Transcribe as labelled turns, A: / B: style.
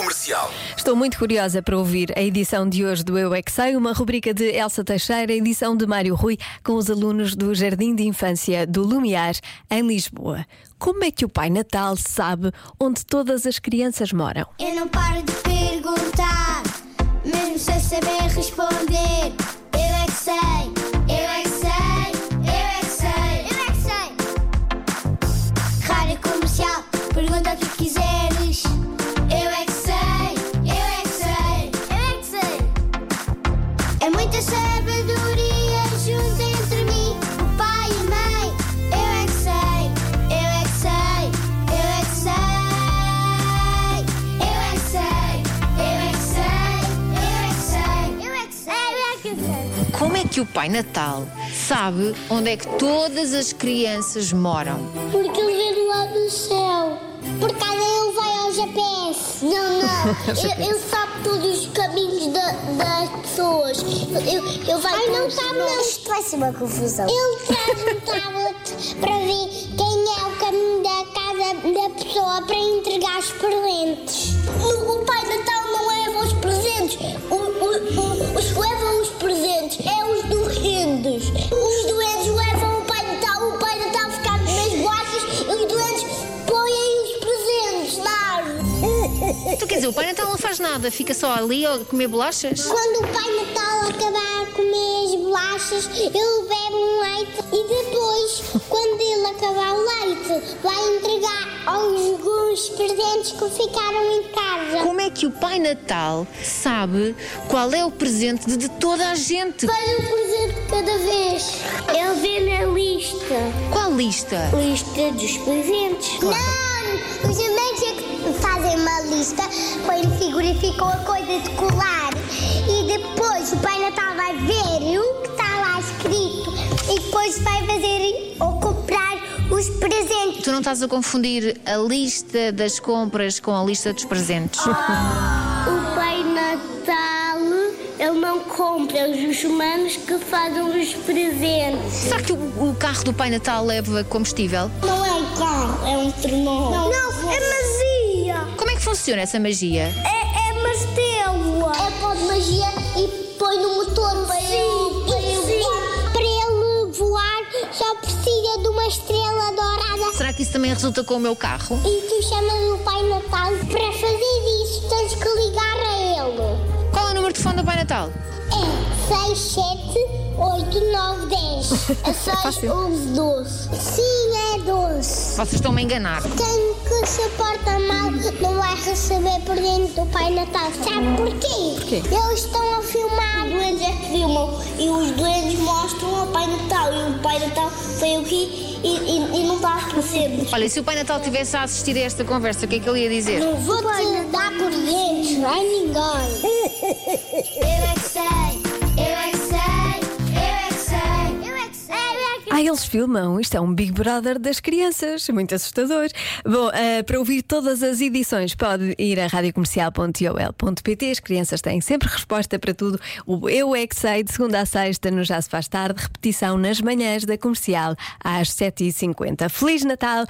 A: Comercial.
B: Estou muito curiosa para ouvir a edição de hoje do Eu é que Sei, uma rubrica de Elsa Teixeira, edição de Mário Rui, com os alunos do Jardim de Infância do Lumiar, em Lisboa. Como é que o Pai Natal sabe onde todas as crianças moram?
C: Eu não paro de perguntar, mesmo sem saber responder. Eu é que sei, eu é que sei, eu é que sei, eu é que sei. Rádio comercial, pergunta o que quiseres. Eu é que sei, eu é que sei, eu é que sei. É muita sabedoria junto entre mim, o pai e a mãe. Eu é que sei, eu é que sei, eu é que sei. Eu é que sei, eu é que sei, eu é que sei, eu é que sei, eu é que sei.
D: Como é que o Pai Natal sabe onde é que todas as crianças moram?
C: Porque ele vê do lado do céu. Por causa ele vai ao GPS. Não, não. ele, ele sabe todos os caminhos da- das pessoas. Ele, ele vai Ai, não sabe, não. Isto vai ser uma confusão. Ele traz um tablet para ver quem é o caminho da casa da pessoa para entregar os presentes. O, o Pai Natal não leva os presentes. O, o- o- os que levam os presentes é os doentes. Os doentes levam o Pai Natal, o Pai Natal fica nas bolsas e os doentes põem os presentes na árvore.
D: Tu Então, quer dizer, o Pai Natal não faz nada, fica só ali a comer bolachas?
C: Quando o Pai Natal acabar a comer as bolachas, ele bebe um leite e depois, quando ele acabar o leite, vai entregar alguns presentes que ficaram em casa.
D: Como é que o Pai Natal sabe qual é o presente de, de toda a gente?
C: Vai um presente cada vez. Ele vê na lista.
D: Qual lista?
C: Lista dos presentes. Não! Os amigos é que fazem uma lista, põem figurificam a coisa de colar e depois o Pai Natal vai ver o que está lá escrito e depois vai fazer ou comprar os presentes.
D: Tu não estás a confundir a lista das compras com a lista dos presentes?
C: O Pai Natal, ele não compra, é os humanos que fazem os presentes.
D: Será que o, o carro do Pai Natal leva combustível?
C: Não é um carro, é um termômetro. Não, é magia.
D: Como é que funciona essa magia?
C: É, é martelo. É pó de magia e põe no motor para, ele, para, ele voar. para ele voar. Só precisa de uma estrela dourada.
D: Será que isso também resulta com o meu carro?
C: E tu chamas o Pai Natal para fazer isso. Tens que ligar a ele.
D: Qual é o número de telefone do Pai Natal?
C: É 6, 7, 8, 9, 10. É 6, 11, 12. Sim, é 12.
D: Vocês estão-me a enganar.
C: Quem que se porta mal não vai receber presente do Pai Natal. Sabe porquê? Eles estão a filmar. Os doentes é que filmam e os doentes mostram ao Pai Natal. E o Pai Natal veio aqui e, e, e não está a receber.
D: Olha, se o Pai Natal estivesse a assistir a esta conversa, o que é que ele ia dizer?
C: Não vou te dar por dentro a ninguém. Eu é que sei, eu é que sei, eu é que sei, eu é que sei, eu é que
B: Ah, eles filmam. Isto é um Big Brother das crianças. Muito assustador. Bom, eh, para ouvir todas as edições, pode ir a radiocomercial.iol.pt. As crianças têm sempre resposta para tudo. O Eu É Que Sei, de segunda a sexta, no Já Se Faz Tarde. Repetição nas manhãs da comercial, às 7h50. Feliz Natal!